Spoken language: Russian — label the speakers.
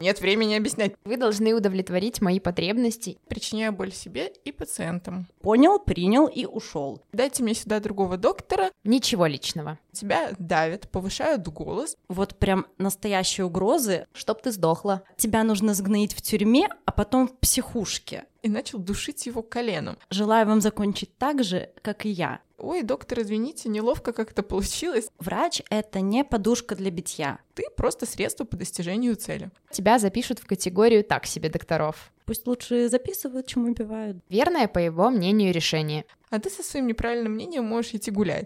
Speaker 1: Нет времени объяснять.
Speaker 2: Вы должны удовлетворить мои потребности.
Speaker 1: Причиняю боль себе и пациентам.
Speaker 3: Понял, принял и ушел.
Speaker 1: Дайте мне сюда другого доктора.
Speaker 2: Ничего личного.
Speaker 1: Тебя давят, повышают голос.
Speaker 3: Вот прям настоящие угрозы.
Speaker 2: Чтоб ты сдохла.
Speaker 3: Тебя нужно сгноить в тюрьме, а потом в психушке.
Speaker 1: И начал душить его коленом.
Speaker 3: Желаю вам закончить так же, как и я.
Speaker 1: Ой, доктор, извините, неловко как-то получилось.
Speaker 3: Врач — это не подушка для битья.
Speaker 1: Ты просто средство по достижению цели.
Speaker 2: Тебя запишут в категорию «так себе докторов».
Speaker 3: Пусть лучше записывают, чем убивают.
Speaker 2: Верное, по его мнению, решение.
Speaker 1: А ты со своим неправильным мнением можешь идти гулять.